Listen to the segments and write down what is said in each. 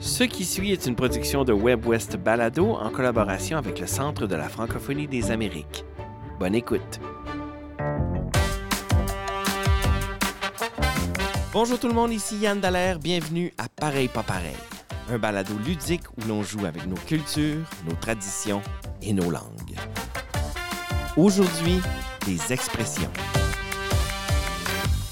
Ce qui suit est une production de Web West Balado en collaboration avec le Centre de la francophonie des Amériques. Bonne écoute. Bonjour tout le monde, ici Yann Dallaire. Bienvenue à Pareil pas pareil, un balado ludique où l'on joue avec nos cultures, nos traditions et nos langues. Aujourd'hui, des expressions.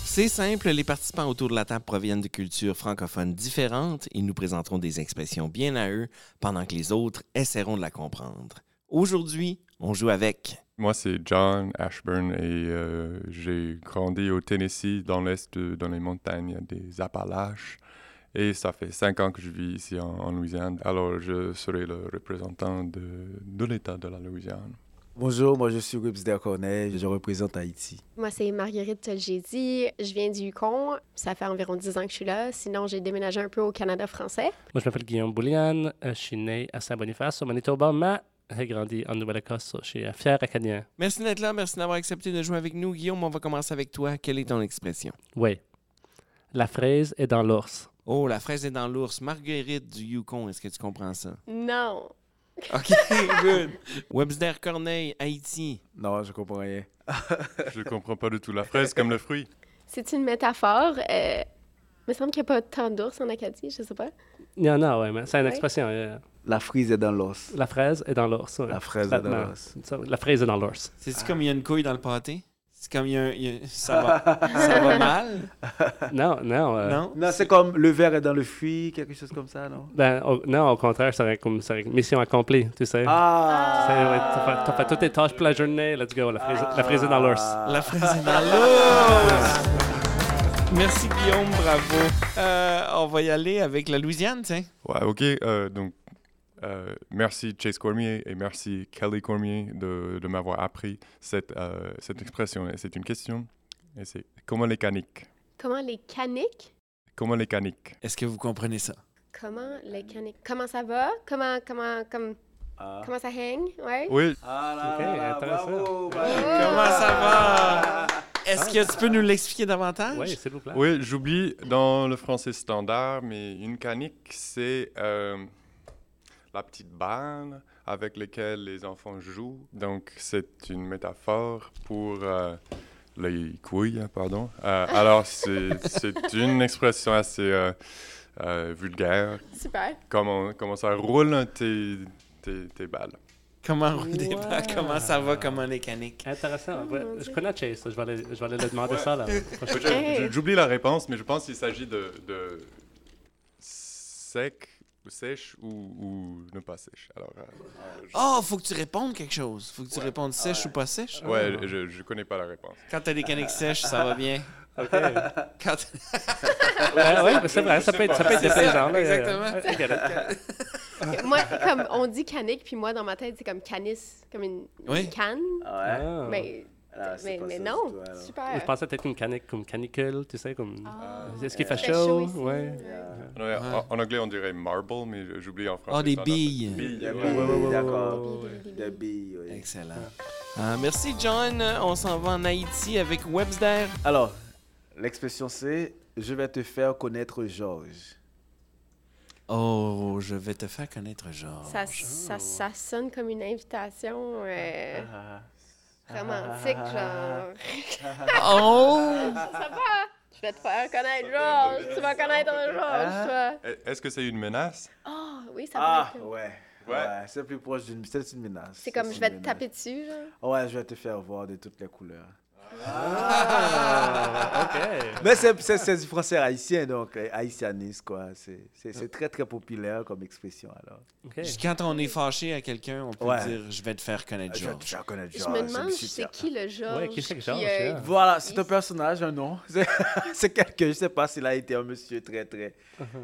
C'est simple, les participants autour de la table proviennent de cultures francophones différentes. Ils nous présenteront des expressions bien à eux, pendant que les autres essaieront de la comprendre. Aujourd'hui, on joue avec. Moi, c'est John Ashburn et euh, j'ai grandi au Tennessee, dans l'est, de- dans les montagnes des Appalaches. Et ça fait cinq ans que je vis ici en, en Louisiane. Alors, je serai le représentant de, de l'État de la Louisiane. Bonjour, moi je suis Ripsdale Corneille, je représente Haïti. Moi, c'est Marguerite Tolgédi. Je viens du Yukon. Ça fait environ 10 ans que je suis là. Sinon, j'ai déménagé un peu au Canada français. Moi, je m'appelle Guillaume Boulian. euh, Je suis né à Saint-Boniface, au Manitoba, mais j'ai grandi en Nouvelle-Écosse chez un fier Acadien. Merci d'être là, merci d'avoir accepté de jouer avec nous. Guillaume, on va commencer avec toi. Quelle est ton expression? Oui. La fraise est dans l'ours. Oh, la fraise est dans l'ours. Marguerite du Yukon, est-ce que tu comprends ça? Non. OK, good. Webster Corneille, Haïti. Non, je comprends rien. Je ne comprends pas du tout la fraise comme le fruit. C'est une métaphore. Euh, il me semble qu'il n'y a pas tant d'ours en Acadie, je sais pas. Il y en a, oui, mais c'est une Ouais. expression. euh, La frise est dans l'os. La fraise est dans l'ours. ouais. La fraise est Complètement. dans l'os. Ça, La fraise est dans l'ours. C'est-tu comme il y a une couille dans le pâté? C'est comme il y a un... il y a- Ça, va... ça va mal? Non, non. euh, Non? Non, c'est comme le verre est dans le fruit, quelque chose comme ça, non ben, au, non, au contraire, ça serait comme ça serait mission accomplie, tu sais. Ah C'est- ouais, T'as fait- t'as fait toutes tes tâches pour la journée, let's go, la fraise, la fraise est dans Ah! l'ours. La fraise est dans l'ours! Merci Guillaume, bravo. Euh, on va y aller avec la Louisiane, tiens. Ouais, ok. euh, donc, euh, merci Chase Cormier et merci Kelly Cormier de, de m'avoir appris cette, euh, cette expression. Et C'est une question. Et c'est comment les caniques Comment les caniques? Comment les caniques Est-ce que vous comprenez ça? Comment les caniques? Comment ça va? Comment, comment, comme, Ah. comment ça hang? Ouais. Oh, Oui, Ah Ok, intéressant. Comment ça va? Est-ce que tu peux nous l'expliquer davantage? Oui, s'il vous plaît. Oui, j'oublie dans le français standard, mais une canique, c'est euh, la petite balle avec laquelle les enfants jouent. Donc, c'est une métaphore pour euh, les couilles, pardon. Euh, alors, c'est c'est une expression assez euh, euh, vulgaire. Super. Comment, comment ça roule hein, tes, tes, tes balles? Comment on débat? Wow. Comment ça va? Comment les caniques? Intéressant. ouais. Oh, mon Je Dieu. connais Chase, je vais aller, je vais aller lui demander ça. Là, Je- je- J'oublie la réponse, mais je pense qu'il s'agit de, de sec, ou sèche ou, ou ne pas sèche. Alors, euh, je- Oh, faut que tu répondes quelque chose. Faut que tu répondes sèche ou pas sèche. Ouais, je, je connais pas la réponse. Quand t'as des caniques sèches, ça va bien. OK. Quand oui, Ah bah, c'est vrai, ça peut être, ça peut être C'est ça, déplaisant. là. exactement. Ouais, I get it. moi, comme on dit canique, puis moi, dans ma tête, c'est comme canis, comme une, une Oui. canne. Ouais. Ah. Mais, Ah, c'est mais, pas mais ça, non. c'est toi, alors. Super. Je pensais peut-être une canic- comme canicule, tu sais, comme. Ah. C'est ce qui fait Fait chaud. ici. ouais. Non, en, en anglais, on dirait marble, mais j'oublie en français. Oh, Ah. des standard. billes. Ah, Billes, Des ouais. billes, ouais, ouais, d'accord. ouais, ouais. Des billes, oui. Excellent. Ah, merci, John. On s'en va en Haïti avec Webster. Alors, l'expression c'est je vais te faire connaître Georges. Oh, je vais te faire connaître Georges. Oh, Ça, ça, ça sonne comme une invitation euh, Ah, romantique, genre. Oh! Je vais te faire connaître Georges, tu vas connaître Georges, toi. Est- Est-ce que c'est une menace? Ah, oui, ça Ah, peut être- ouais. Ouais. Ouais, c'est plus proche d'une. C'est une menace. C'est comme C'est je une vais te menace. taper dessus, genre. Ouais, je vais te faire voir de toutes les couleurs. Ah. OK. Mais c'est- c'est c'est du français haïtien, donc euh, haïtianisme, quoi. C'est- C'est c'est très, très populaire comme expression, alors. OK. Quand on est fâché à quelqu'un, on peut Ouais. dire Je vais te faire connaître Ah, Je, Georges. je connais Je Georges, me je demande suis c'est sûr. qui euh, le Georges. Ouais, qui c'est que Georges, hein? Voilà, c'est un personnage, un nom. C'est- C'est quelqu'un, je sais pas s'il a été un monsieur très, très...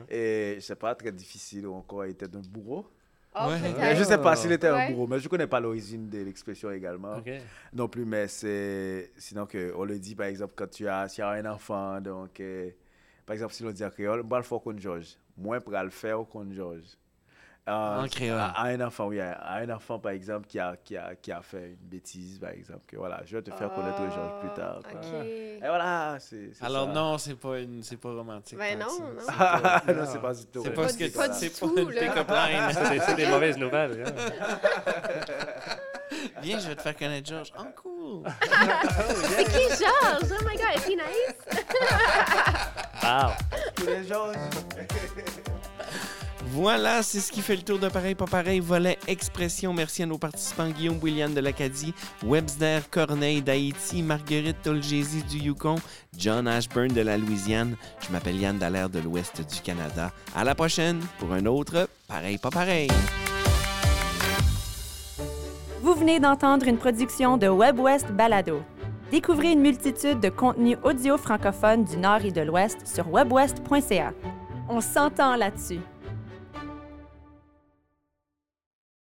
Et, je sais pas, très difficile ou encore il était un bourreau. Oh, Ouais. peut-être. Mais je sais pas s'il était un Ouais. bourreau, mais je connais pas l'origine de l'expression également. OK. Non plus, mais c'est. Sinon, que, on le dit par exemple quand tu as, si y a un enfant, donc. euh, par exemple, si l'on dit en créole, moi, le faire contre Georges. Moi, pour le faire contre Georges. Euh, En créole. À, à un enfant, oui. À, à un enfant, par exemple, qui a, qui, a, qui a fait une bêtise, par exemple, que voilà, je vais te faire connaître les gens plus tard. quoi. Et Ah, OK. voilà, c'est c'est Alors ça. non, c'est pas, une... c'est pas romantique. Ben tant que non, ça. non. C'est Ah, pas- non, c'est pas du tout. C'est Pas pas ce du- que pas du c'est tout, pas une là. pick-up line. Ah, C'est c'est des mauvaises nouvelles. hein. Viens, je vais te faire connaître Georges. Oh, cool. C'est qui Georges? Oh my god, est-ce qu'il est nice? Wow. Tous les gens. Voilà, c'est ce qui fait le tour de Pareil pas pareil, volet expression. Merci à nos participants Guillaume William de l'Acadie, Webster Corneille d'Haïti, Marguerite Tolgési du Yukon, John Ashburn de la Louisiane. Je m'appelle Yann Dallaire de l'Ouest du Canada. À la prochaine pour un autre Pareil pas pareil. Vous venez d'entendre une production de WebWest Balado. Découvrez une multitude de contenus audio francophones du Nord et de l'Ouest sur webwest.ca. On s'entend là-dessus.